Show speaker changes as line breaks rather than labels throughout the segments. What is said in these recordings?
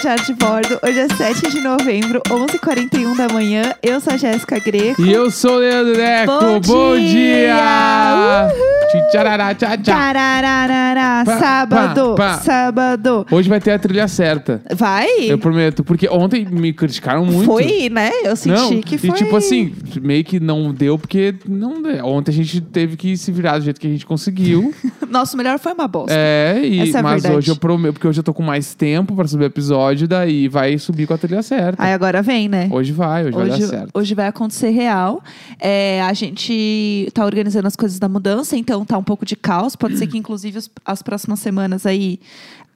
Diário de Bordo. Hoje é 7 de novembro, 11h41 da manhã. Eu sou a Jéssica Greco.
E eu sou o Leandro Neco.
Bom dia!
dia!
Uhul!
Tchitcharará, tchá, tchá.
Tarararará,
Pá,
sábado,
pá, pá.
sábado.
Hoje vai ter a trilha certa.
Vai?
Eu prometo, porque ontem me criticaram muito.
Foi, né? Eu senti
não,
que foi.
E tipo assim, meio que não deu, porque não deu. Ontem a gente teve que se virar do jeito que a gente conseguiu.
Nosso melhor foi uma bosta.
é, e,
Essa é a
mas
verdade.
hoje eu prometo, porque hoje eu tô com mais tempo pra subir o episódio, daí vai subir com a trilha certa.
Aí agora vem, né?
Hoje vai, hoje, vai dar
Hoje,
certo.
hoje vai acontecer real. É, a gente tá organizando as coisas da mudança, então tá um pouco de caos. Pode ser que, inclusive, os- as próximas semanas aí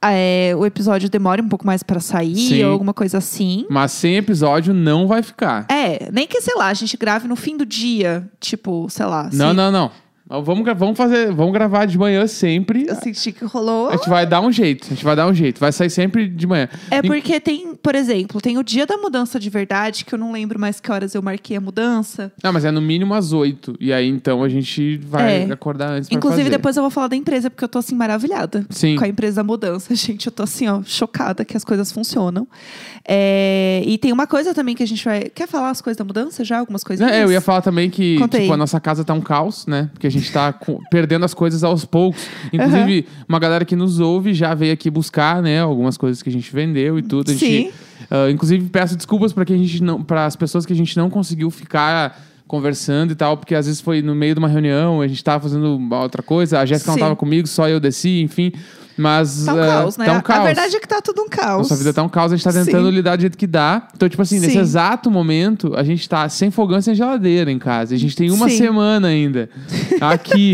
é, o episódio demore um pouco mais pra sair
Sim.
ou alguma coisa assim.
Mas sem episódio não vai ficar.
É, nem que, sei lá, a gente grave no fim do dia, tipo, sei lá.
Não,
se
não, não. Mas Vamos, gra- vamos fazer, vamos gravar de manhã sempre.
Eu senti que rolou.
A gente vai dar um jeito, a gente vai dar um jeito. Vai sair sempre de manhã.
É
Em-
porque tem, por exemplo, tem o dia da mudança de verdade, que eu não lembro mais que horas eu marquei a mudança.
Não, mas é no mínimo às oito. E aí então a gente vai
É.
acordar antes pra
Inclusive,
fazer.
depois eu vou falar da empresa, porque eu tô assim, maravilhada.
Sim.
com a empresa da mudança. Gente, eu tô assim, ó, chocada que as coisas funcionam. É, E tem uma coisa também que a gente vai. Quer falar as coisas da mudança já? Algumas coisas?
É, eu ia falar também que
Conta aí.
tipo, a nossa casa tá um caos, né? Porque a gente tá co- perdendo as coisas aos poucos. Inclusive, uma galera que nos ouve já veio aqui buscar, né? Algumas coisas que a gente vendeu e tudo. A gente,
Sim.
ah, inclusive, peço desculpas para as pessoas que a gente não conseguiu ficar conversando e tal, porque às vezes foi no meio de uma reunião, a gente tava fazendo uma outra coisa, a Jéssica não
Sim.
tava comigo, só eu desci, enfim. Mas.
Tá um
ah,
caos, né?
Tá
A-
um caos.
A verdade é que tá tudo um caos.
Nossa vida tá um caos, a gente tá tentando
Sim.
lidar do jeito que dá. Então, tipo assim, nesse
Sim.
exato momento, a gente tá sem fogão e sem geladeira em casa. A gente tem uma
Sim.
semana ainda aqui.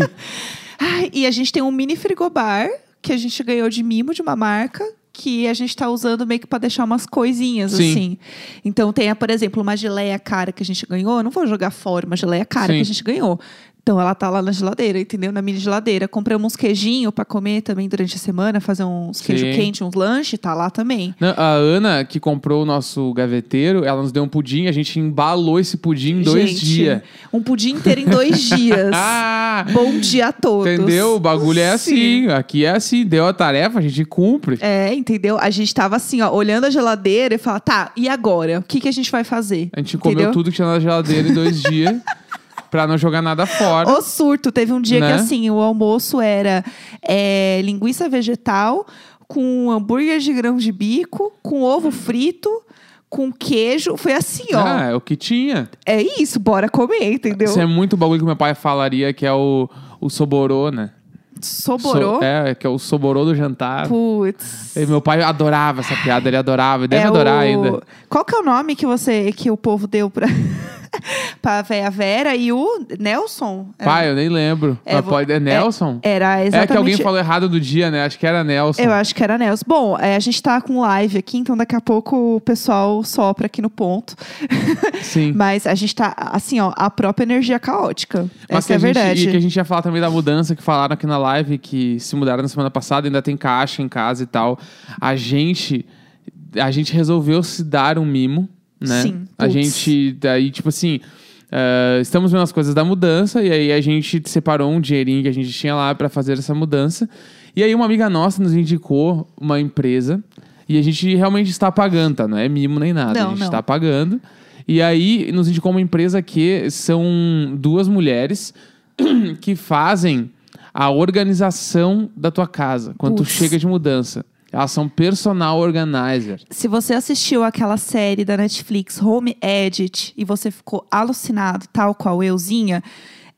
Ai, e a gente tem um mini frigobar que a gente ganhou de mimo de uma marca. Que a gente tá usando meio que pra deixar umas coisinhas,
Sim.
assim. Então tem, por exemplo, uma geleia cara que a gente ganhou. Eu não vou jogar fora uma geleia cara
Sim.
que a gente ganhou. Então ela tá lá na geladeira, entendeu? Na mini geladeira. Compramos uns queijinhos pra comer também durante a semana, fazer uns queijo
Sim.
quente, uns lanches, tá lá também.
Não, a Ana, que comprou o nosso gaveteiro, ela nos deu um pudim, a gente embalou esse pudim em dois
Gente,
dias.
Um pudim inteiro em dois dias.
Ah!
Bom dia a todos.
Entendeu? O bagulho é assim. Aqui é assim. Deu a tarefa, a gente cumpre.
É, entendeu? A gente tava assim, ó, olhando a geladeira e fala, tá, e agora? O que, que a gente vai fazer?
A gente comeu
Entendeu?
tudo que tinha na geladeira em dois dias. Pra não jogar nada fora.
O surto, teve um dia
Né?
que assim, o almoço era é, linguiça vegetal com hambúrguer de grão de bico, com ovo frito, com queijo. Foi assim, ó.
Ah, é o que tinha.
É isso, bora comer, entendeu?
Isso é muito bagulho que meu pai falaria, que é o, o soborô, né?
Soborou.
So- é, que é o soborô do jantar.
Putz.
E meu pai adorava essa piada, ele adorava, ele deve
É
adorar
o-
ainda.
Qual que é o nome que você que o povo deu pra pra Véia Vera e o Nelson? Era-
Pai, eu nem lembro.
É,
Mas
vo-
pode- é Nelson?
Era
É,
exatamente
que alguém falou errado do dia, né? Acho que era Nelson.
Eu acho que era Nelson. Bom, é, a gente tá com live aqui, então daqui a pouco o pessoal sopra aqui no ponto.
Sim.
Mas a gente tá, assim, ó, a própria energia caótica.
Mas
Essa
que
é
a
a
gente,
verdade.
E que a gente ia falar também da mudança que falaram aqui na live, que se mudaram na semana passada, ainda tem caixa em casa e tal. A gente. A gente resolveu se dar um mimo, né?
Sim,
A
putz.
gente, daí, tipo assim. ah, estamos vendo as coisas da mudança e aí a gente separou um dinheirinho que a gente tinha lá pra fazer essa mudança. E aí uma amiga nossa nos indicou uma empresa e a gente realmente está pagando, tá? Não é mimo nem nada,
Não,
a gente
não.
está tá pagando. E aí nos indicou uma empresa que são duas mulheres que fazem a organização da tua casa quando tu
Putz.
chega de mudança. Elas são personal organizer.
Se você assistiu aquela série da Netflix, Home Edit, e você ficou alucinado, tal qual euzinha,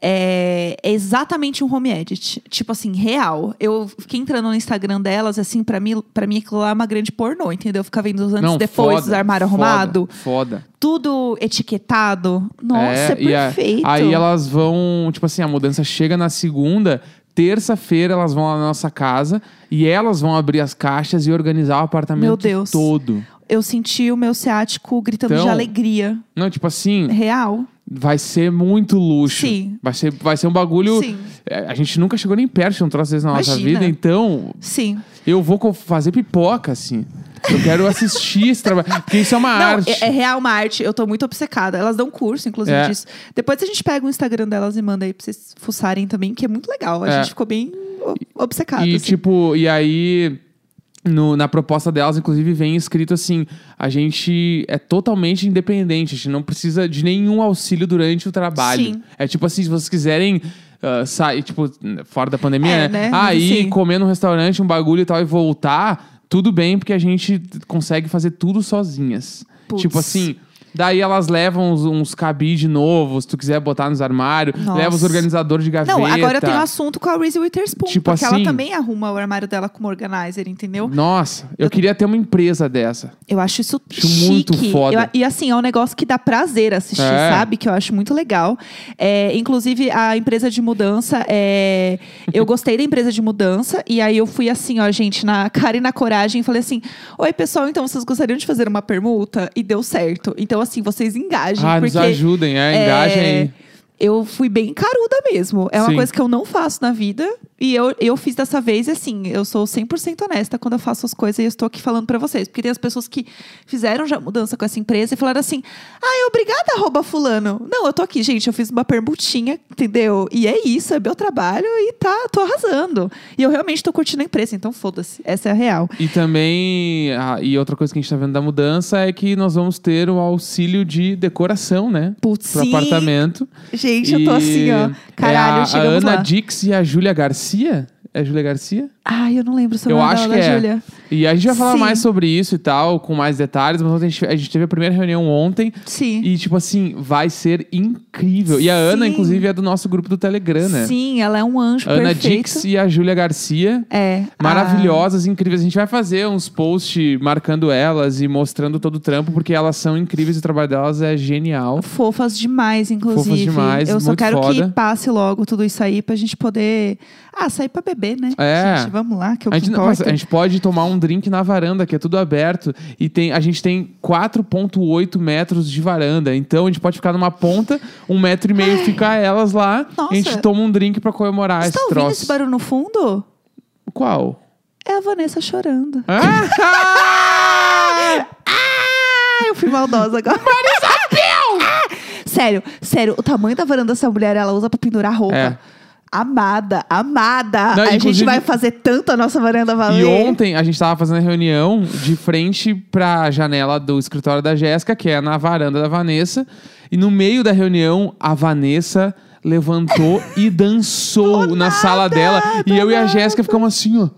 é, é exatamente um home edit. Tipo assim, real. Eu fiquei entrando no Instagram delas, assim, pra mim, pra mim aquilo lá é uma grande pornô, entendeu? Ficar vendo os antes e
Não,
depois,
foda,
os armários
foda,
arrumado,
Foda.
tudo etiquetado. Nossa, é,
e a-
perfeito.
aí elas vão, tipo assim, a mudança chega na segunda, terça-feira elas vão lá na nossa casa e elas vão abrir as caixas e organizar o apartamento
Meu Deus.
todo.
Eu senti o meu ciático gritando
Então-
de alegria. É
Não, tipo assim,
Real.
vai ser muito luxo.
Sim.
Vai ser, vai ser um bagulho.
Sim.
É, A gente nunca chegou nem perto de um troço desse na nossa
Imagina.
vida, então
Sim.
eu vou co- fazer pipoca, assim. Eu quero assistir esse trabalho. Porque isso é uma
Não,
arte.
é, é real uma arte. Eu tô muito obcecada. Elas dão curso, inclusive,
É.
disso. Depois a gente pega o Instagram delas e manda aí pra vocês fuçarem também, que é muito legal. A
É.
assim. gente
tipo,
ficou bem o- obcecado.
e
assim.
tipo, e aí no- na proposta delas, inclusive, vem escrito assim: a gente é totalmente independente, a gente não precisa de nenhum auxílio durante o trabalho.
Sim.
É tipo assim, se vocês quiserem ah, sair, tipo, fora da pandemia,
É,
né?
né?
Aí
Sim.
comer num restaurante, um bagulho e tal, e voltar, tudo bem, porque a gente consegue fazer tudo sozinhas.
Putz.
Tipo assim. Daí elas levam uns, uns cabide novos, se tu quiser botar nos armários,
Nossa.
leva os organizadores de gaveta.
Não, agora eu tenho assunto com a Reese Witherspoon.
Tipo
porque
assim-
ela também arruma o armário dela como organizer, entendeu?
Nossa, eu queria ter uma empresa dessa.
Eu acho isso
Acho
chique.
muito foda.
Eu- e assim, é um negócio que dá prazer assistir,
É.
sabe? Que eu acho muito legal. É, inclusive, a empresa de mudança, é, eu gostei da empresa de mudança. E aí eu fui assim, ó, gente, na cara e na coragem, e falei assim: Oi, pessoal, então vocês gostariam de fazer uma permuta? E deu certo. Então, assim, vocês engajem.
ah, nos
porque
ajudem, é,
é,
engajem aí.
Eu fui bem caruda mesmo. É uma
Sim.
coisa que eu não faço na vida. E eu, eu fiz dessa vez, e assim, eu sou 100% honesta quando eu faço as coisas e eu estou aqui falando pra vocês. Porque tem as pessoas que fizeram já mudança com essa empresa e falaram assim: ai, obrigada, arroba fulano. Não, eu tô aqui, gente, eu fiz uma permutinha, entendeu? E é isso, é meu trabalho e tá, tô arrasando. E eu realmente tô curtindo a empresa, então foda-se, essa é a real.
E também, ah, e outra coisa que a gente tá vendo da mudança é que nós vamos ter o auxílio de decoração, né?
Putz,
Pro
sim.
apartamento.
Gente, eu tô assim, ó.
E
Caralho,
é a,
chegamos
a
lá.
Ana Dix e a Júlia Garcia. É a Júlia Garcia?
Ai, eu não lembro sobre
Eu
o nome
acho
dela,
que
da
é.
Júlia.
E a gente vai falar
Sim.
mais sobre isso e tal, com mais detalhes, mas ontem a gente, a gente teve a primeira reunião ontem.
Sim.
E, tipo assim, vai ser incrível. E a Ana,
Sim.
inclusive, é do nosso grupo do Telegram, né?
Sim, ela é um anjo
Ana
perfeito.
Dix e a Júlia Garcia.
É.
Maravilhosas, incríveis. A gente vai fazer uns posts marcando elas e mostrando todo o trampo, porque elas são incríveis e o trabalho delas é genial.
a- Fofas demais, inclusive.
Fofas demais,
Eu só
muito
quero
foda.
que passe logo tudo isso aí pra gente poder. Ah, sair pra beber, né?
É.
Gente, vamos lá, que eu
A gente,
importa.
nossa, a gente pode tomar um drink na varanda, que é tudo aberto. E tem, a gente tem 4,8 metros de varanda. Então a gente pode ficar numa ponta, um metro e meio ficar elas lá.
Nossa.
E a gente toma um drink pra comemorar
Você
esse
tá ouvindo
troço.
esse barulho no fundo?
Qual?
É a Vanessa chorando.
Ah!
Ah, eu fui maldosa agora. Vanessa Ah, Sério, sério, o tamanho da varanda dessa mulher ela usa pra pendurar roupa.
É.
Amada, amada.
Não,
a
inclusive-
gente vai fazer tanto a nossa varanda valer.
E ontem a gente tava fazendo a reunião de frente pra janela do escritório da Jéssica, que é na varanda da Vanessa. E no meio da reunião, a Vanessa levantou e dançou na sala dela. E eu e a Jéssica ficamos assim, ó.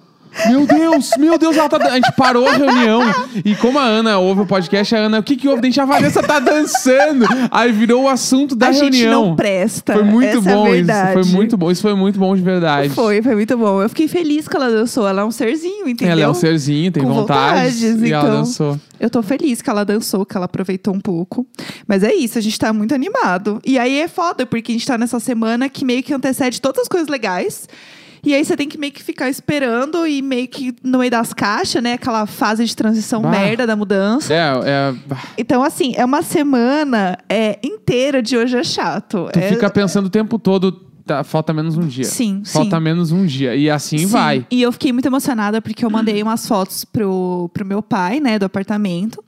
Meu Deus, meu Deus, ela tá. dan-" A gente parou a reunião. E como a Ana ouve o podcast, a Ana, o que que houve? Deixa a Vanessa tá dançando. Aí virou o assunto da
a
reunião.
gente não presta.
Foi muito
Essa é a
bom isso. Foi
verdade.
muito bom. Isso foi muito bom de verdade.
Foi, foi muito bom. Eu fiquei feliz que ela dançou. Ela é um serzinho, entendeu?
Ela é um serzinho, tem
Com
vontades.
vontades,
e ela
então.
dançou.
Eu tô feliz que ela dançou, que ela aproveitou um pouco. Mas é isso, a gente tá muito animado. E aí é foda, porque a gente tá nessa semana que meio que antecede todas as coisas legais. E aí você tem que meio que ficar esperando e meio que no meio das caixas, né? Aquela fase de transição
Bah.
merda da mudança.
É, é, bah,
Então, assim, é uma semana é, inteira de hoje é chato.
tu
É-
fica pensando o tempo todo, tá, falta menos um dia.
Sim, sim.
Falta menos um dia. E assim
Sim,
vai.
E eu fiquei muito emocionada porque eu mandei umas fotos pro, pro meu pai, né, do apartamento.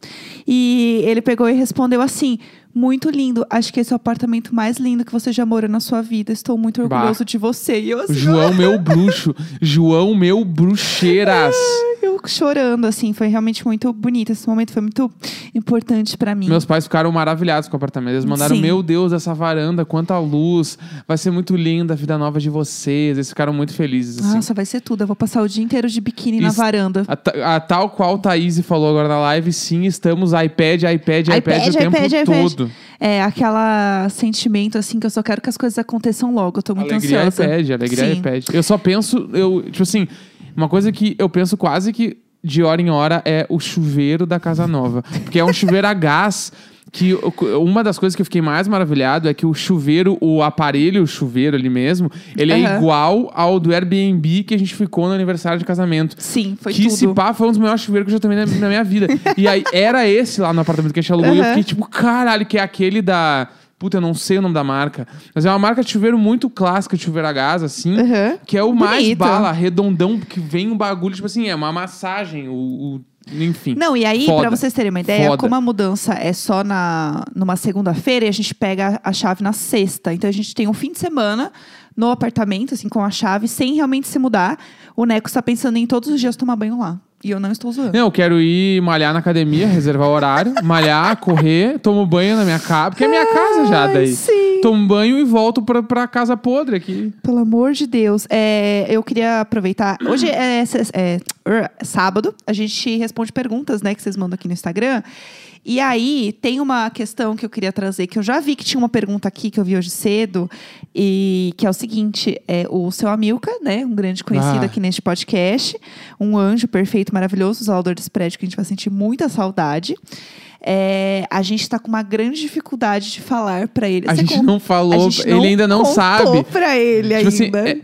E ele pegou e respondeu assim: Muito lindo, acho que esse é o apartamento mais lindo que você já morou na sua vida. Estou muito
Bah.
orgulhoso de você. E eu assim,
João, meu bruxo. João, meu bruxeiras.
eu chorando, assim, foi realmente muito bonito. Esse momento foi muito importante pra mim.
Meus pais ficaram maravilhados com o apartamento. Eles mandaram,
Sim.
meu Deus, essa varanda, quanta luz. Vai ser muito linda a vida nova de vocês. Eles ficaram muito felizes, assim.
Nossa, vai ser tudo. Eu vou passar o dia inteiro de biquíni na
Isso-
varanda.
A, ta- a tal qual a Thaís falou agora na live, sim, estamos iPad, iPad, iPad,
iPad,
o tempo
iPad, iPad.
todo.
É, aquela sentimento, assim, que eu só quero que as coisas aconteçam logo. Eu tô muito
alegria
ansiosa.
iPad, alegria
Sim.
iPad. Eu só penso, eu, tipo assim, uma coisa que eu penso quase que de hora em hora é o chuveiro da casa nova, porque é um chuveiro a gás que eu- uma das coisas que eu fiquei mais maravilhado é que o chuveiro, o aparelho, o chuveiro ali mesmo, ele é
Aham.
igual ao do Airbnb que a gente ficou no aniversário de casamento.
Sim, foi
que
tudo.
se pá foi um dos melhores chuveiros que eu já tomei na, na minha vida. E aí era esse lá no apartamento que a gente alugou. E eu
Aham.
fiquei tipo, caralho, que é aquele da. Puta, eu não sei o nome da marca. Mas é uma marca de chuveiro muito clássica, de chuveiro a gás, assim.
Aham.
Que é o mais
Bonito.
bala, redondão, que vem um bagulho, tipo assim, é uma massagem, o. o- enfim.
Não, e aí,
Foda.
pra vocês terem uma ideia,
Foda.
como a mudança é só na, numa segunda-feira, e a gente pega a chave na sexta. Então a gente tem um fim de semana no apartamento, assim, com a chave, sem realmente se mudar. O Neco está pensando em todos os dias tomar banho lá. E eu não estou zoando.
Não, eu quero ir malhar na academia, reservar horário, malhar, correr, tomo banho na minha casa, porque é minha casa já
Ai,
daí.
Sim.
Tomo banho e volto pra, pra casa podre aqui.
Pelo amor de Deus. É, eu queria aproveitar. Hoje é, se- é, er, sábado. A gente responde perguntas, né? Que vocês mandam aqui no Instagram. E aí, tem uma questão que eu queria trazer, que eu já vi que tinha uma pergunta aqui que eu vi hoje cedo, e que é o seguinte: é, o seu Amilca, né? Um grande conhecido
Ah.
aqui neste podcast, um anjo perfeito, maravilhoso, zelador desse prédio, que a gente vai sentir muita saudade. É, a gente tá com uma grande dificuldade de falar pra ele.
A
Você
gente
con-
não falou,
a gente
ele ainda não
contou
sabe.
pra ele
Tipo
ainda.
assim, é-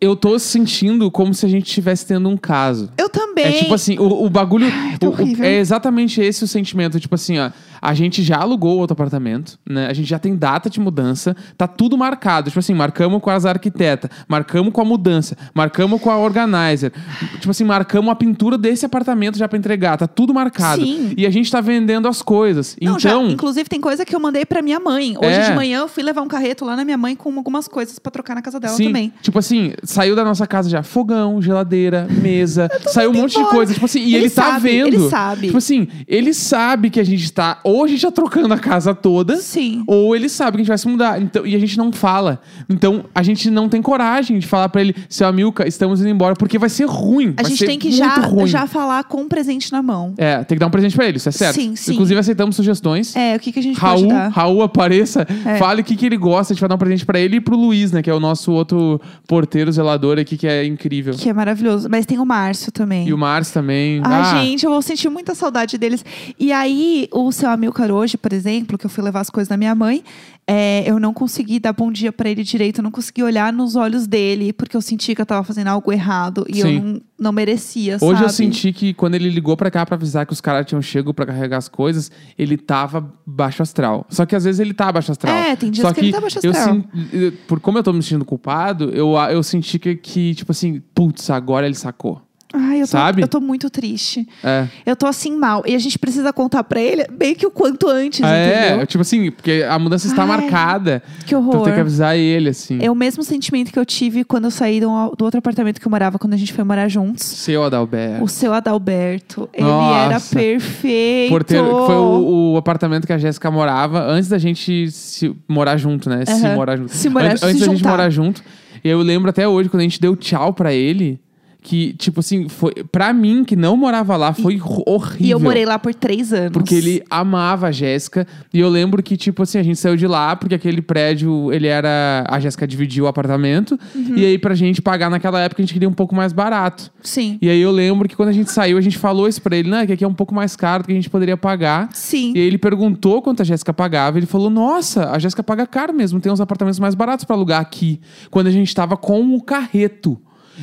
eu tô sentindo como se a gente estivesse tendo um caso.
eu também.
É tipo assim, o, o bagulho.
tá
o- o-
horrível.
é exatamente esse o sentimento. Tipo assim, ó. A gente já alugou outro apartamento, né? A gente já tem data de mudança, tá tudo marcado. Tipo assim, marcamos com as arquitetas, marcamos com a mudança, marcamos com a organizer. Tipo assim, marcamos a pintura desse apartamento já pra entregar, tá tudo marcado.
Sim.
E a gente tá vendendo as coisas.
Não, já,
então.
inclusive, tem coisa que eu mandei pra minha mãe. Hoje
É.
de manhã eu fui levar um carreto lá na minha mãe com algumas coisas pra trocar na casa dela
Sim,
Então, também.
tipo assim, saiu da nossa casa já fogão, geladeira, mesa, saiu um
indo
monte de
embora.
coisa, tipo assim, e ele,
Ele
tá
sabe,
vendo.
ele sabe.
Tipo assim, ele sabe que a gente tá ou a gente tá trocando a casa toda,
Sim.
ou ele sabe que a gente vai se mudar, então, e a gente não fala. Então, a gente não tem coragem de falar pra ele, seu Amilca, estamos indo embora, porque vai ser ruim,
A
vai
gente
ser
tem que
muito
já,
ruim.
já falar com o presente na mão.
É, tem que dar um presente pra ele, isso é certo.
Sim, sim.
Inclusive aceitamos sugestões.
É, o que, que a gente
Raul,
pode dar?
Raul apareça,
É.
fale o que, que ele gosta, a gente vai dar um presente pra ele e pro Luiz, né? Que é o nosso outro porteiro zelador aqui, que é incrível.
Que é maravilhoso. Mas tem o Márcio também.
E o Márcio também.
Ai,
ah,
gente, eu vou sentir muita saudade deles. E aí, o seu Amilcar hoje, por exemplo, que eu fui levar as coisas da minha mãe, é, eu não consegui dar bom dia pra ele direito, eu não consegui olhar nos olhos dele, porque eu senti que eu tava fazendo algo errado e
Sim.
eu não, não merecia,
Hoje
sabe?
eu senti que quando ele ligou pra cá pra avisar que os caras tinham chego pra carregar as coisas, ele tava baixo astral. Só que às vezes ele tá baixo astral.
É, tem dias
Só
que ele tá baixo astral.
Eu, sen- eu- por como eu tô me sentindo culpado, eu, eu senti que, que, tipo assim, putz, agora ele sacou.
Ai, eu tô,
Sabe?
eu tô muito triste.
É.
Eu tô assim mal. E a gente precisa contar pra ele bem que o quanto antes,
é,
entendeu?
tipo assim, porque a mudança está
Ai,
marcada.
Que
Então
horror.
tem que avisar ele, assim.
É o mesmo sentimento que eu tive quando eu saí um, do, do outro apartamento que eu morava, quando a gente foi morar juntos.
Seu Adalberto.
O seu Adalberto, ele era
Nossa.
perfeito.
Porteiro, que foi o, o apartamento que a Jéssica morava antes da gente se morar junto, né? Se
Aham.
morar junto.
Se morar-
antes
se
antes da gente
juntar.
morar junto. Eu lembro até hoje, quando a gente deu tchau pra ele, que, tipo assim, foi pra mim, que não morava lá, foi ro- horrível.
E eu morei lá por três anos.
Porque ele amava a Jéssica. E eu lembro que, tipo assim, a gente saiu de lá porque aquele prédio, ele era. A Jéssica dividiu o apartamento.
Uhum.
E aí, pra gente pagar naquela época, a gente queria um pouco mais barato.
Sim.
E aí eu lembro que quando a gente saiu, a gente falou isso pra ele, né? Que aqui é um pouco mais caro do que a gente poderia pagar.
Sim.
E aí ele perguntou quanto a Jéssica pagava. Ele falou: Nossa, a Jéssica paga caro mesmo, tem uns apartamentos mais baratos pra alugar aqui. Quando a gente tava com o carreto.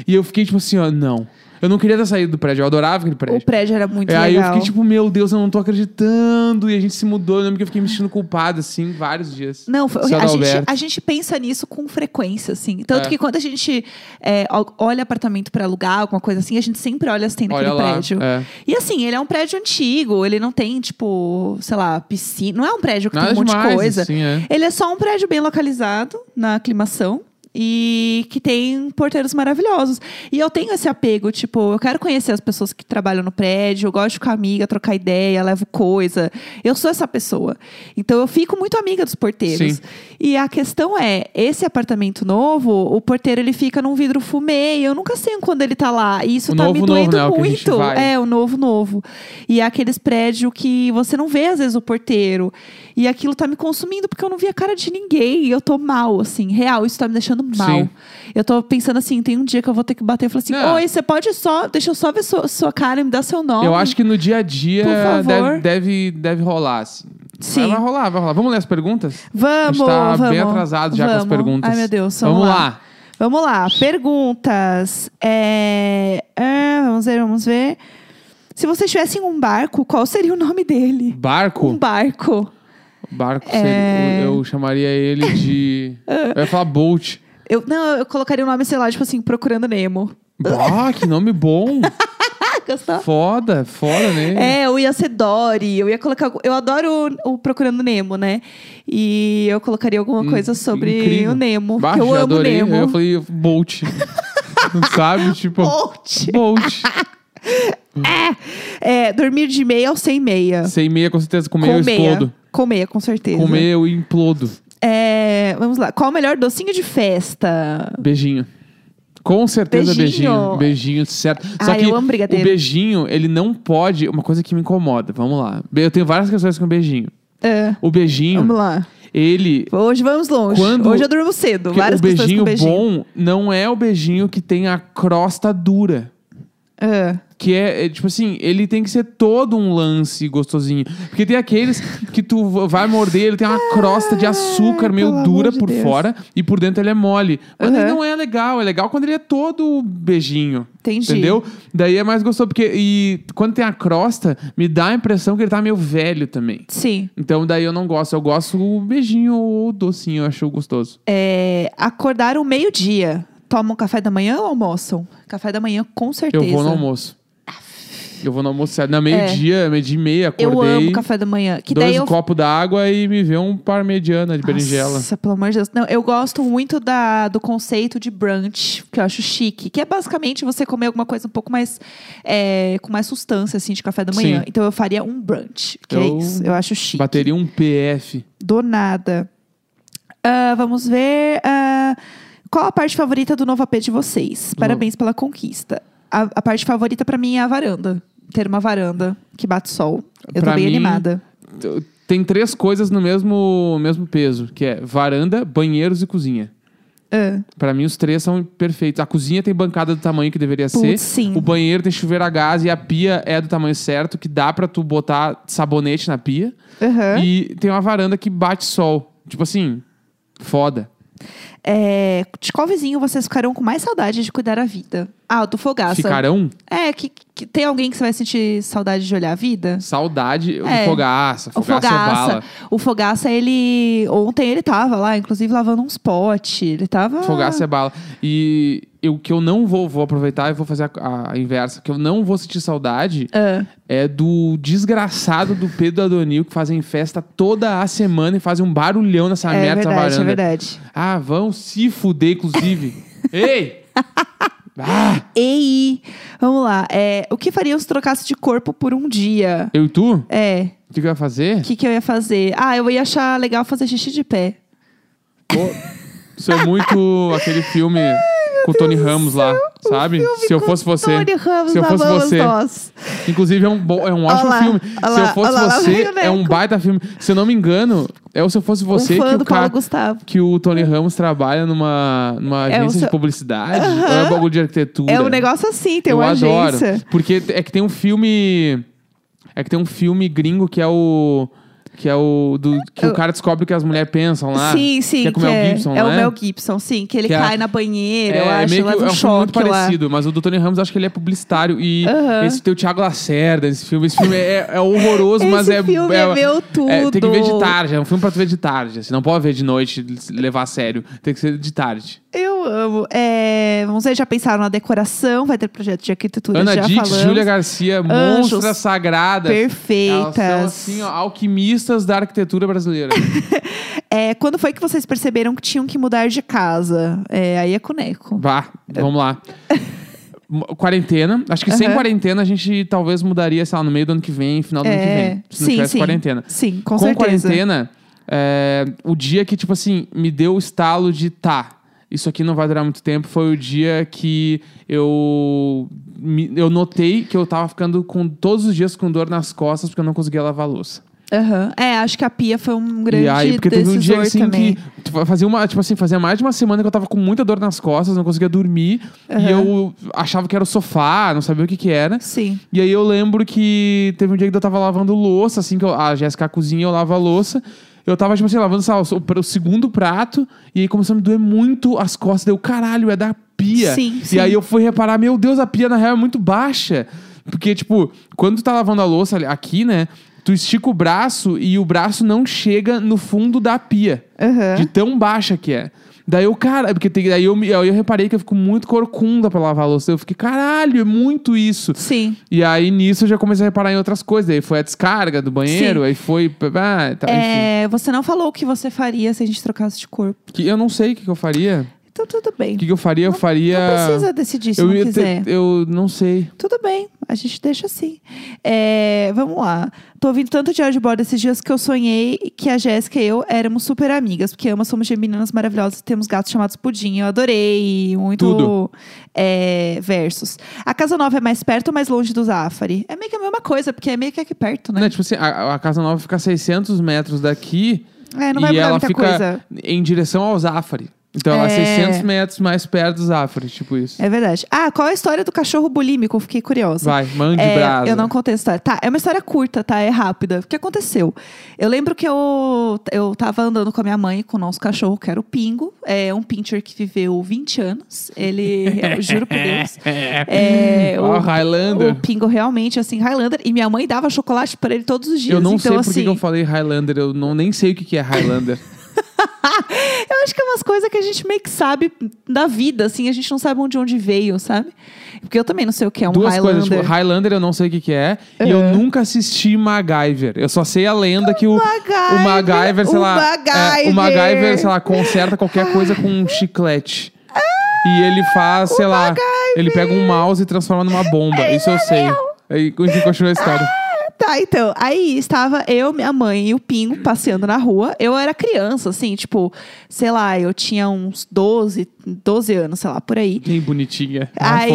E eu fiquei tipo assim: Ó, não. Eu não queria ter saído do prédio, eu adorava aquele prédio.
O prédio era muito
É, aí eu
legal.
fiquei tipo, meu Deus, eu não tô acreditando. E a gente se mudou. Eu lembro que eu fiquei me sentindo culpado, assim, vários dias.
Não, foi-
Seu
a, gente,
Adalberto.
a gente pensa nisso com frequência, assim. Tanto
É.
que quando a gente é, o- olha apartamento pra alugar, alguma coisa assim, a gente sempre olha se tem naquele
Olha lá.
prédio.
É.
E assim, ele é um prédio antigo, ele não tem, tipo, sei lá, piscina. Não é um prédio que
Nada
tem um monte
demais,
de coisa.
assim, é.
Ele é só um prédio bem localizado na aclimação. E que tem porteiros maravilhosos. E eu tenho esse apego, tipo, eu quero conhecer as pessoas que trabalham no prédio, eu gosto de ficar amiga, trocar ideia, levo coisa. Eu sou essa pessoa. Então eu fico muito amiga dos porteiros.
Sim.
E a questão é, esse apartamento novo, o porteiro ele fica num vidro fumê, e eu nunca sei quando ele tá lá. E isso
O
tá
novo,
me
novo,
doendo
né? O que a gente
muito.
vai.
É, é, o novo, novo. E é aqueles prédios que você não vê, às vezes, o porteiro. E aquilo tá me consumindo porque eu não vi a cara de ninguém. E eu tô mal, assim. Real, isso tá me deixando mal.
Sim.
Eu tô pensando assim, tem um dia que eu vou ter que bater e falar assim:
É.
Oi, você pode só. Deixa eu só ver sua, sua cara e me dar seu nome.
Eu acho que no dia a dia
Por
deve,
favor.
deve, deve rolar, assim.
Sim.
Vai, vai rolar, vai rolar. Vamos ler as perguntas? a
Vamos,
gente tá
vamos.
bem atrasado já com as
Vamos.
perguntas.
Ai, meu Deus,
Vamos,
vamos,
lá.
Vamos lá, perguntas. É, é, vamos ver, vamos ver. Se vocês tivessem um barco, qual seria o nome dele? Um
Barco?
barco. É.
Barco, seria- eu eu chamaria ele de... eu ia falar Bolt.
Eu, não, eu colocaria o nome, sei lá, tipo assim, Procurando Nemo.
Bah, que nome bom.
Ah, gostou?
Foda, foda, né?
É, eu ia ser Dory, eu ia colocar. algum- Eu adoro o, o Procurando Nemo, né? E eu colocaria alguma coisa sobre
Hum, incrível.
o Nemo.
Bah,
que eu
já
amo
adorei.
Nemo.
Eu falei Bolt. Não sabe? Tipo,
Bolt.
Bolt.
É, dormir de meia ou sem meia.
Sem meia, com certeza. Comer eu
com
explodo.
meia. Com meia, com certeza.
Comer eu implodo.
É, vamos lá. Qual o melhor docinho de festa?
Beijinho. Com certeza
Beijinho.
beijinho. Beijinho, certo. Só
Ah,
que
eu amo brigadeiro.
o beijinho, ele não pode... Uma coisa que me incomoda, vamos lá. Be- Eu tenho várias questões com beijinho.
É,
O beijinho,
vamos lá.
ele...
Hoje vamos longe.
Quando-
Hoje eu durmo cedo.
porque
Várias
o beijinho,
questões com beijinho.
bom não é o beijinho que tem a crosta dura.
É.
Que é, é, tipo assim, ele tem que ser todo um lance gostosinho. Porque tem aqueles que tu v- vai morder, ele tem uma crosta de açúcar meio
pelo
dura
amor de
por
Deus.
fora e por dentro ele é mole. Mas
Uhum.
daí não é legal, é legal quando ele é todo beijinho.
Entendi.
Entendeu? Daí é mais gostoso, porque e quando tem a crosta, me dá a impressão que ele tá meio velho também.
Sim.
Então daí eu não gosto, eu gosto o beijinho ou o docinho, eu acho gostoso.
É, acordaram meio-dia. Tomam café da manhã ou almoçam? Café da manhã, com certeza. É.
Eu vou no almoço. Eu vou no almoço, certo? na meio-dia, meio-dia e meia,
Eu
acordei.
amo café da manhã. Que
dois
daí eu
copos d'água e me vê um par mediana de berinjela.
Nossa, pelo amor de Deus. Não, eu gosto muito da, do conceito de brunch, que eu acho chique. Que é basicamente você comer alguma coisa um pouco mais... é, com mais sustância, assim, de café da manhã.
Sim.
Então eu faria um brunch, que é
Eu
isso. Eu acho chique.
Bateria um PF.
Do nada. Ah, vamos ver... ah, qual a parte favorita do novo AP de vocês? Parabéns pela conquista. A, a parte favorita pra mim é a varanda. Ter uma varanda que bate sol. Eu
Pra
tô bem
mim,
animada.
T- Tem três coisas no mesmo, mesmo peso, que é varanda, banheiros e cozinha.
Ah,
Pra mim, os três são perfeitos. A cozinha tem bancada do tamanho que deveria
Putz,
ser.
sim.
O banheiro tem chuveiro a gás e a pia é do tamanho certo, que dá pra tu botar sabonete na pia.
aham.
E tem uma varanda que bate sol. Tipo assim, foda.
É, de qual vizinho vocês ficarão com mais saudade de cuidar a vida? Ah, do Fogaça.
Ficarão?
É, que, que tem alguém que você vai sentir saudade de olhar a vida?
Saudade.
É.
O fogaça.
O
Fogaça, é bala.
Fogaça. O Fogaça, ele. Ontem ele tava lá, inclusive lavando uns potes. Ele tava.
Fogaça é bala. E eu- o que eu não vou, vou aproveitar e vou fazer a, a inversa. O que eu não vou sentir saudade
Ah,
é do desgraçado do Pedro Adonil, que fazem festa toda a semana e fazem um barulhão nessa
é
merda,
verdade,
essa
é
varanda.
verdade.
ah, vão se fuder, inclusive. Ei! Ah,
Ei! Vamos lá. É, o que faria se trocasse de corpo por um dia?
eu e tu? O
É,
que, que vai fazer?
o que, que eu ia fazer? Ah, eu ia achar legal fazer xixi de pé.
Pô, isso é muito aquele filme com o Tony Ramos lá, sabe?
Filme
Se eu
com
fosse você.
Tony Ramos,
se eu fosse
amamos
você.
nós.
Inclusive, é um, bom, é um ótimo
Olá,
filme.
olá,
se eu fosse
olá, lá
você,
vem o
é um
Neco.
baita filme. Se eu não me engano, é o Se Eu Fosse Você
um fã
que,
do
o
Paulo
cara,
Gustavo.
que o Tony Ramos trabalha numa, numa
É, o
agência
seu-
de publicidade.
Aham.
Ou é um bagulho de arquitetura.
É um negócio assim, tem
eu
uma
adoro.
agência.
Porque é que tem um filme. É que tem um filme gringo que é o. Que é o. do- que
Eu-
o cara descobre que as mulheres pensam lá.
Sim, sim.
Que é com o Mel Gibson,
é,
não
o
é?
Mel Gibson, sim. Que ele
Que é-
cai na banheira, eu
é,
acho.
meio que
leva um
é um filme muito
choque lá.
parecido, mas o do Tony Ramos acho que ele é publicitário. E
Aham.
esse tem o Thiago Lacerda, esse filme. Esse filme é, é horroroso,
Esse
mas é.
filme é, meu tudo.
é, tem que ver de tarde, é um filme pra tu ver de tarde. Assim, não pode ver de noite, levar a sério. Tem que ser de tarde.
Eu amo. É, vamos ver, já pensaram na decoração, vai ter projeto de arquitetura,
Ana
já
Dix,
falamos.
Júlia Garcia,
Anjos.
monstra sagrada. Elas
Perfeitas.
são assim, ó, alquimistas da arquitetura brasileira.
É, quando foi que vocês perceberam que tinham que mudar de casa? É, aí é cuneco.
Vá, vamos lá. Mo- Quarentena. Acho que sem
Aham.
quarentena a gente talvez mudaria, sei lá, no meio do ano que vem, final do ano que
É,
vem. Se não
sim,
tivesse
sim.
quarentena.
Sim, com,
com,
certeza.
quarentena, é, o dia que, tipo assim, me deu o estalo de tá, isso aqui não vai durar muito tempo, foi o dia que eu, me- eu notei que eu tava ficando com todos os dias com dor nas costas porque eu não conseguia lavar a louça.
Aham. É, acho que a pia foi um grande
e aí, porque teve um dia
decisor
assim
também.
que tu- fazia uma, tipo assim, fazia mais de uma semana que eu tava com muita dor nas costas, não conseguia dormir, e eu achava que era o sofá, não sabia o que que era.
Sim.
E aí eu lembro que teve um dia que eu tava lavando louça, assim, que eu- a Jéssica cozinha, eu lavo a louça. Eu tava, tipo assim, lavando sei lá, o, o segundo prato, e aí começou a me doer muito as costas. Deu, caralho, é da pia.
Sim,
e
sim.
aí eu fui reparar, meu Deus, a pia na real é muito baixa. Porque, tipo, quando tu tá lavando a louça ali- aqui, né, tu estica o braço e o braço não chega no fundo da pia.
Aham.
De tão baixa que é. Daí eu, cara, porque tem, daí eu, me- aí eu reparei que eu fico muito corcunda pra lavar a louça. Eu fiquei, caralho, é muito isso.
Sim.
E aí nisso eu já comecei a reparar em outras coisas. Aí foi a descarga do banheiro, aí foi. Ah, tá, enfim.
É, você não falou o que você faria se a gente trocasse de corpo.
Que eu não sei o que, que eu faria.
Então tudo bem.
O que, que eu faria? Eu faria.
Não precisa decidir se
eu
não
ia ter-
quiser.
Eu não sei.
Tudo bem. A gente deixa assim. É, vamos lá. Tô ouvindo tanto Diário de Bordo esses dias que eu sonhei que a Jéssica e eu éramos super amigas, porque ambas somos geminianas maravilhosas e temos gatos chamados Pudim. Eu adorei. Muito
Tudo.
é, versos. A Casa Nova é mais perto ou mais longe do Zafari? É meio que a mesma coisa, porque é meio que aqui perto, né?
Não, tipo assim, a, a casa nova fica a 600 metros daqui
é, não vai
e
mudar
ela
muita
fica
coisa.
em direção ao Zafari. Então, ela é
É.
600 metros mais perto do Zafari, tipo isso.
É verdade. Ah, qual é a história do cachorro bulímico? Eu Fiquei curiosa.
Vai, mande
É,
brasa.
Eu não contei a história. Tá, é uma história curta, tá? É rápida. O que aconteceu? Eu lembro que eu, eu tava andando com a minha mãe, com o nosso cachorro, que era o Pingo. É um pincher que viveu 20 anos. Ele, eu juro por Deus. É,
Ó,
o-
Highlander.
O Pingo realmente, assim, Highlander. E minha mãe dava chocolate pra ele todos os dias.
Eu não
então,
sei por que
assim,
que eu falei Highlander, eu não, nem sei o que, que é Highlander.
Eu acho que é umas coisas que a gente meio que sabe da vida, assim, a gente não sabe de onde veio, sabe? Porque eu também não sei o que é um
Duas
Highlander.
coisas, tipo, Highlander eu não sei o que, que é, e eu nunca assisti MacGyver. Eu só sei a lenda que o,
MacGyver,
o MacGyver, sei
o
lá. é,
MacGyver.
o MacGyver, sei lá, conserta qualquer coisa com um chiclete. e ele faz, sei lá, ele pega um mouse e transforma numa bomba.
É
Isso eu sei. Aí enfim, continua a história.
Tá, então. Aí estava eu, minha mãe e o Pingo passeando na rua. Eu era criança, assim, tipo, sei lá, eu tinha uns 12, 12 anos, sei lá, por aí.
Bem bonitinha.
Aí,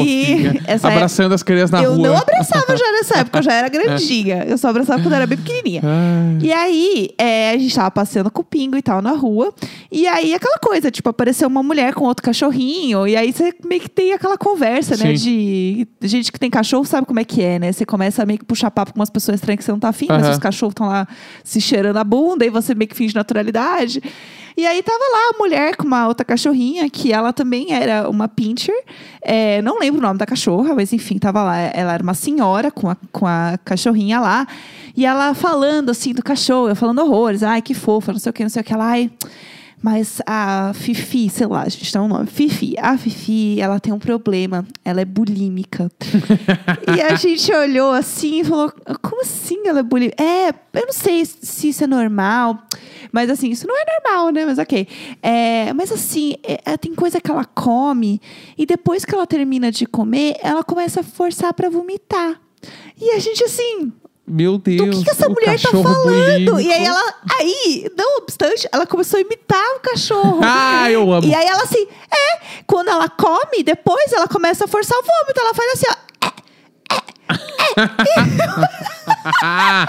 fofinha,
essa é-
abraçando as crianças na
eu
rua. É.
não abraçava já nessa época, eu já era grandinha. Eu só abraçava quando eu era bem pequenininha.
Ah,
E aí, é, a gente tava passeando com o Pingo e tal na rua. E aí, aquela coisa, tipo, apareceu uma mulher com outro cachorrinho. E aí, você meio que tem aquela conversa, né?
Sim.
De gente que tem cachorro sabe como é que é, né? Você começa a meio que puxar papo com umas pessoas estranhas que você não tá afim, mas
Aham.
os cachorros estão lá se cheirando a bunda. E você meio que finge naturalidade. E aí, tava lá a mulher com uma outra cachorrinha, que ela também era uma pincher. É, não lembro o nome da cachorra, mas enfim, tava lá. Ela era uma senhora com a, com a cachorrinha lá. E ela falando assim do cachorro, eu falando horrores. Ai, que fofa, não sei o que, não sei o que. Ela, ai. Mas a Fifi, sei lá, a gente dá um nome. Fifi. A Fifi, ela tem um problema. Ela é bulímica. e a gente olhou assim e falou: como assim ela é bulímica? É, eu não sei se isso é normal. Mas assim, isso não é normal, né? Mas ok. É, mas assim, é- é- tem coisa que ela come e depois que ela termina de comer, ela começa a forçar pra vomitar. E a gente assim,
meu
do
Deus.
que, que essa
o
mulher tá
cachorro
falando? E aí
bulímico.
ela, aí, não obstante, ela começou a imitar o cachorro.
Ah, eu amo.
E aí ela assim, é, quando ela come, depois ela começa a forçar o vômito, ela faz assim, ó.
Ah,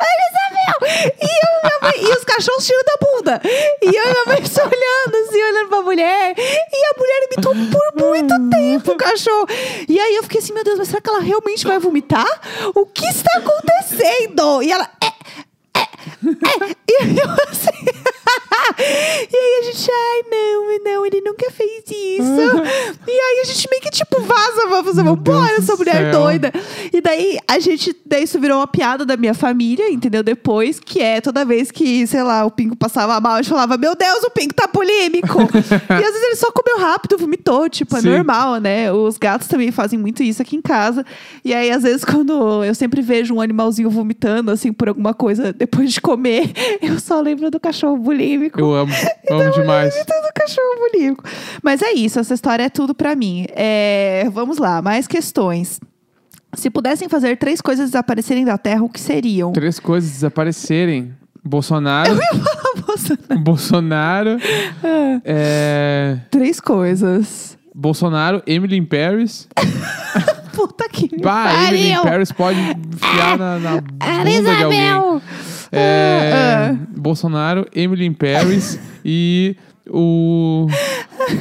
Isabel! E, eu, e minha mãe- e os cachorros tiram da bunda. E eu e minha mãe só olhando, assim, olhando pra mulher. E a mulher imitou por muito tempo o cachorro. E aí eu fiquei assim, meu Deus, mas será que ela realmente vai vomitar? O que está acontecendo? E ela. "É, é, é." E eu assim. E aí a gente, ai, não, não, ele nunca fez isso. E aí a gente meio que tipo vaza, vamos, vamos
Uhum. Deus
embora,
do
essa mulher
céu.
doida. E daí a gente, daí isso virou uma piada da minha família, entendeu? Depois, que é toda vez que, sei lá, o Pingo passava mal, a gente falava, meu Deus, o Pingo tá polêmico. e às vezes ele só comeu rápido, vomitou, tipo, é
Sim.
normal, né? Os gatos também fazem muito isso aqui em casa. E aí, às vezes, quando eu sempre vejo um animalzinho vomitando, assim, por alguma coisa depois de comer, eu só lembro do cachorro bulímico.
Eu amo,
Então
amo demais.
Coitado do cachorro bulímico. Mas é isso, essa história é tudo pra mim. É, vamos lá, mais questões. Se pudessem fazer três coisas desaparecerem da Terra, o que seriam?
Três coisas desaparecerem. Bolsonaro, Bolsonaro, é,
três coisas.
Bolsonaro, Emily in Paris.
Puta que
Bah, Emily in
pariu!
Paris pode enfiar na, na bunda de alguém.
Isabel!
É,
Ah,
Bolsonaro, Emily in Paris e o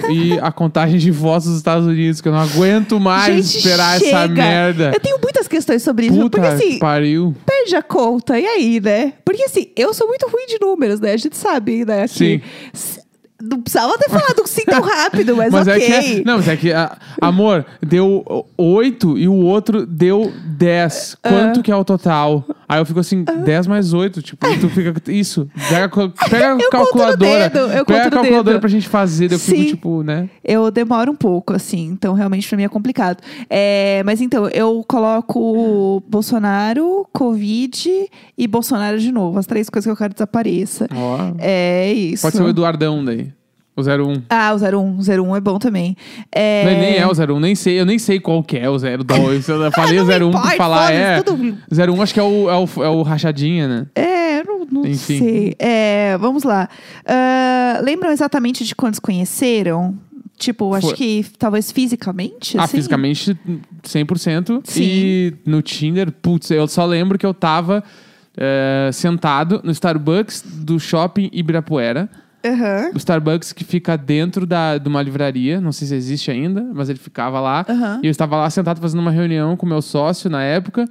e a contagem de votos dos Estados Unidos que eu não aguento mais
Gente,
esperar essa
chega.
merda.
Eu tenho muitas questões sobre isso,
Puta
porque assim,
que pariu.
perde a conta, e aí, né? Porque assim, eu sou muito ruim de números, né? A gente sabe, né? que-
Sim.
S- Não precisava ter falado assim tão rápido, mas,
Mas
ok.
é que. Não, mas é que. ah, amor, deu o- oito e o outro deu dez
Ah.
Quanto que é o total? Aí eu fico assim, dez mais oito Tipo, e tu fica. Isso. Pega, a cal- pega a
Eu conto no
calculadora.
dedo, eu
pega
conto
a
no
calculadora
dedo.
pra gente fazer. daí Eu fico,
Sim.
tipo, né?
Eu demoro um pouco, assim, então realmente pra mim é complicado. É, mas então, eu coloco Bolsonaro, Covid e
Ah.
Bolsonaro de novo. As três coisas que eu quero que desapareça.
Ó.
É isso.
Pode ser o Eduardão daí. O 01.
Ah, o 01. O 01 é bom também. É...
Não, nem é o 01, nem sei, eu nem sei qual que é o 02. Eu falei o 01 pra
importa,
falar,
foda-se,
é.
tudo-
01 acho que é o, é o, é o rachadinha, né?
É, eu não, não
Enfim.
sei. É, vamos lá. Ah, lembram exatamente de quando se conheceram? Tipo, acho
Foi.
que talvez fisicamente?
Ah,
assim?
fisicamente 100%.
Sim.
E no Tinder, putz, eu só lembro que eu tava eh, sentado no Starbucks do shopping Ibirapuera.
Aham.
O Starbucks que fica dentro da, de uma livraria, não sei se existe ainda, mas ele ficava lá.
Aham.
E eu estava lá sentado fazendo uma reunião com meu sócio na época.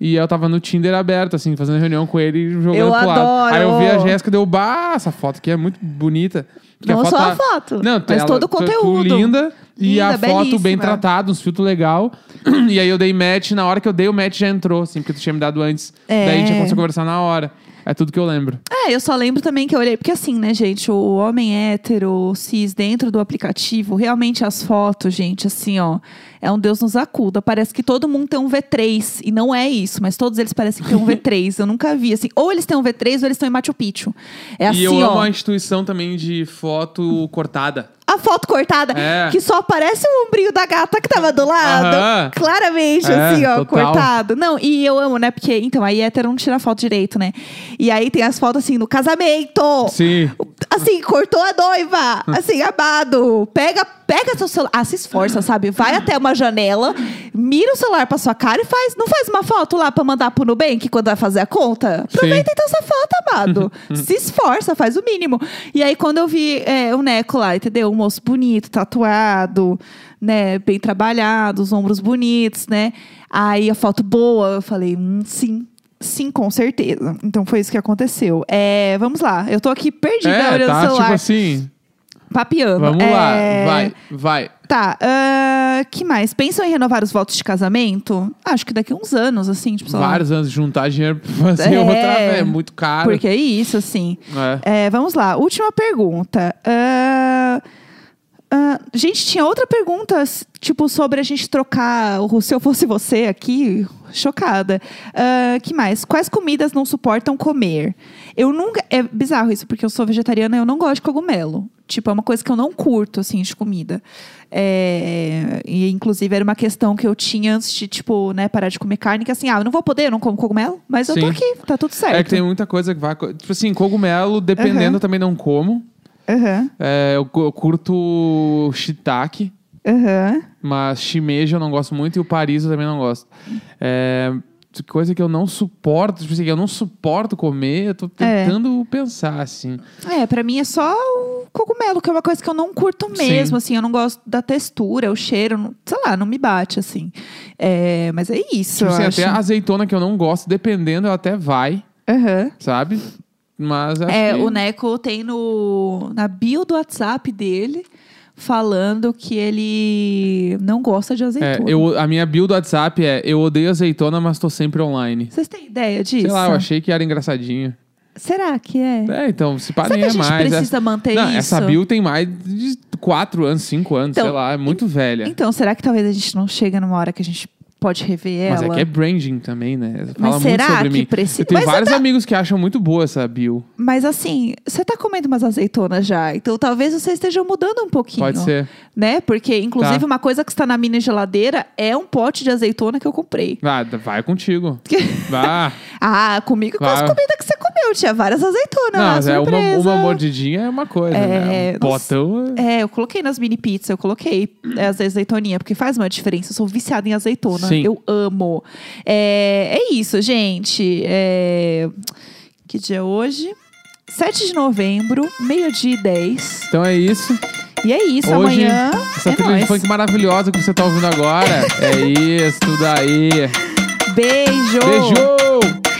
E eu tava no Tinder aberto, assim, fazendo reunião com ele e jogando
Eu
pro lado.
adoro!
Aí eu vi a Jéssica deu, bah, essa foto aqui é muito bonita. Porque
Não só
tá-
a foto,
Não,
mas
ela-
todo o
tu- tu
conteúdo.
Linda, e
Linda,
a foto bem
belíssima.
tratada, uns filtros legal. e aí eu dei match, na hora que eu dei o match já entrou, assim, porque tu tinha me dado antes.
É.
Daí a gente começou a conversar na hora. É tudo que eu lembro.
É, eu só lembro também que eu olhei, porque assim, né, gente, o homem hétero, cis, dentro do aplicativo, realmente as fotos, gente, assim, ó, é um Deus nos acuda. Parece que todo mundo tem um V3, e não é isso, mas todos eles parecem que tem um V3. Eu nunca vi, assim, ou eles têm um V3 ou eles estão em Machu Picchu. É assim,
e eu amo
ó.
a instituição também de foto cortada.
A foto cortada,
É.
que só aparece o ombrinho da gata que tava do lado.
Aham.
Claramente,
É,
assim, ó,
total.
cortado. Não, e eu amo, né? Porque, então, aí hétero não tira foto direito, né? E aí tem as fotos, assim, no casamento.
Sim.
Assim, cortou a noiva. Assim, amado. Pega, pega seu celular. Ah, se esforça, sabe? Vai até uma janela, mira o celular pra sua cara e faz. Não faz uma foto lá pra mandar pro Nubank quando vai fazer a conta? Aproveita então essa foto, amado. se esforça, faz o mínimo. E aí, quando eu vi é, o Neco lá, entendeu? Um moço bonito, tatuado, né? Bem trabalhado, os ombros bonitos, né? Aí a foto boa, eu falei, hum, sim. Sim, com certeza. Então foi isso que aconteceu. É, vamos lá. Eu tô aqui perdida olhando o
tá,
celular,
tipo assim.
papiando.
Vamos lá,
É,
vai, vai.
Tá. ahn, que mais? Pensam em renovar os votos de casamento? Acho que daqui a uns anos, assim, tipo, sei lá.
Vários anos juntar dinheiro pra fazer
É.
outra, é muito caro.
Porque é isso, assim.
É.
É, vamos lá, última pergunta. Ah, ah, gente, tinha outra pergunta, s- tipo, sobre a gente trocar o Se Eu Fosse Você aqui. Chocada. Ah, que mais? Quais comidas não suportam comer? Eu nunca. É bizarro isso, porque eu sou vegetariana e eu não gosto de cogumelo. Tipo, é uma coisa que eu não curto, assim, de comida. É, e, inclusive, era uma questão que eu tinha antes de, tipo, né, parar de comer carne, que assim, ah, eu não vou poder, eu não como cogumelo, mas eu tô
Sim.
aqui, tá tudo certo.
É que tem muita coisa que vai. co- Tipo assim, cogumelo, dependendo,
Aham.
eu também não como.
Aham,
É, eu, cu- eu curto shiitake,
aham.
mas shimeji eu não gosto muito e o Paris eu também não gosto. É, coisa que eu não suporto, tipo assim, que eu não suporto comer, eu tô
É.
tentando pensar, assim.
É, pra mim é só o cogumelo, que é uma coisa que eu não curto mesmo, assim. Eu não gosto da textura, o cheiro, não- sei lá, não me bate, assim. É, mas é isso,
Tipo
eu
assim,
acho.
até azeitona que eu não gosto, dependendo, ela até vai,
Aham.
sabe? Mas acho
É,
que...
o Neco tem no, na bio do WhatsApp dele, falando que ele não gosta de
É,
azeitona.
eu, a minha build do WhatsApp é eu odeio azeitona, mas tô sempre online.
Vocês têm ideia disso?
Sei lá, eu achei que era engraçadinho.
Será que é?
É, então, se
Será
parem
que a
é
gente
mais.
precisa manter
essa, não,
isso?
essa build tem mais de 4 anos, 5 anos,
Então,
sei lá, é muito velha.
Então, será que talvez a gente não chega numa hora que a gente pode rever
mas
ela?
é que é branding também, né? Fala muito
será
sobre
que
mim.
precisa-
Eu tenho
Mas
vários amigos que acham muito boa essa build.
Mas assim, você tá comendo umas azeitonas já, então talvez você esteja mudando um pouquinho.
Pode ser.
Né? Porque, inclusive,
Tá.
uma coisa que está na minha geladeira é um pote de azeitona que eu comprei.
Ah, d- vai contigo. Vá.
Ah, comigo e com as
Claro.
comidas que você comeu, tinha várias azeitonas.
não,
lá,
mas é uma,
surpresa.
uma mordidinha é uma coisa,
É,
né? Um potão. é-
É, eu coloquei nas mini pizzas, eu coloquei é, as azeitoninhas, porque faz uma diferença. Eu sou viciada em azeitona.
Sim.
Eu amo. É, é isso, gente. É, Que dia é hoje? 7 de novembro, meio-dia e 10.
Então é isso.
E é isso,
Hoje,
amanhã.
essa
é
trilha de
nóis.
funk maravilhosa que você tá ouvindo agora. é isso, tudo aí.
Beijo!
Beijo!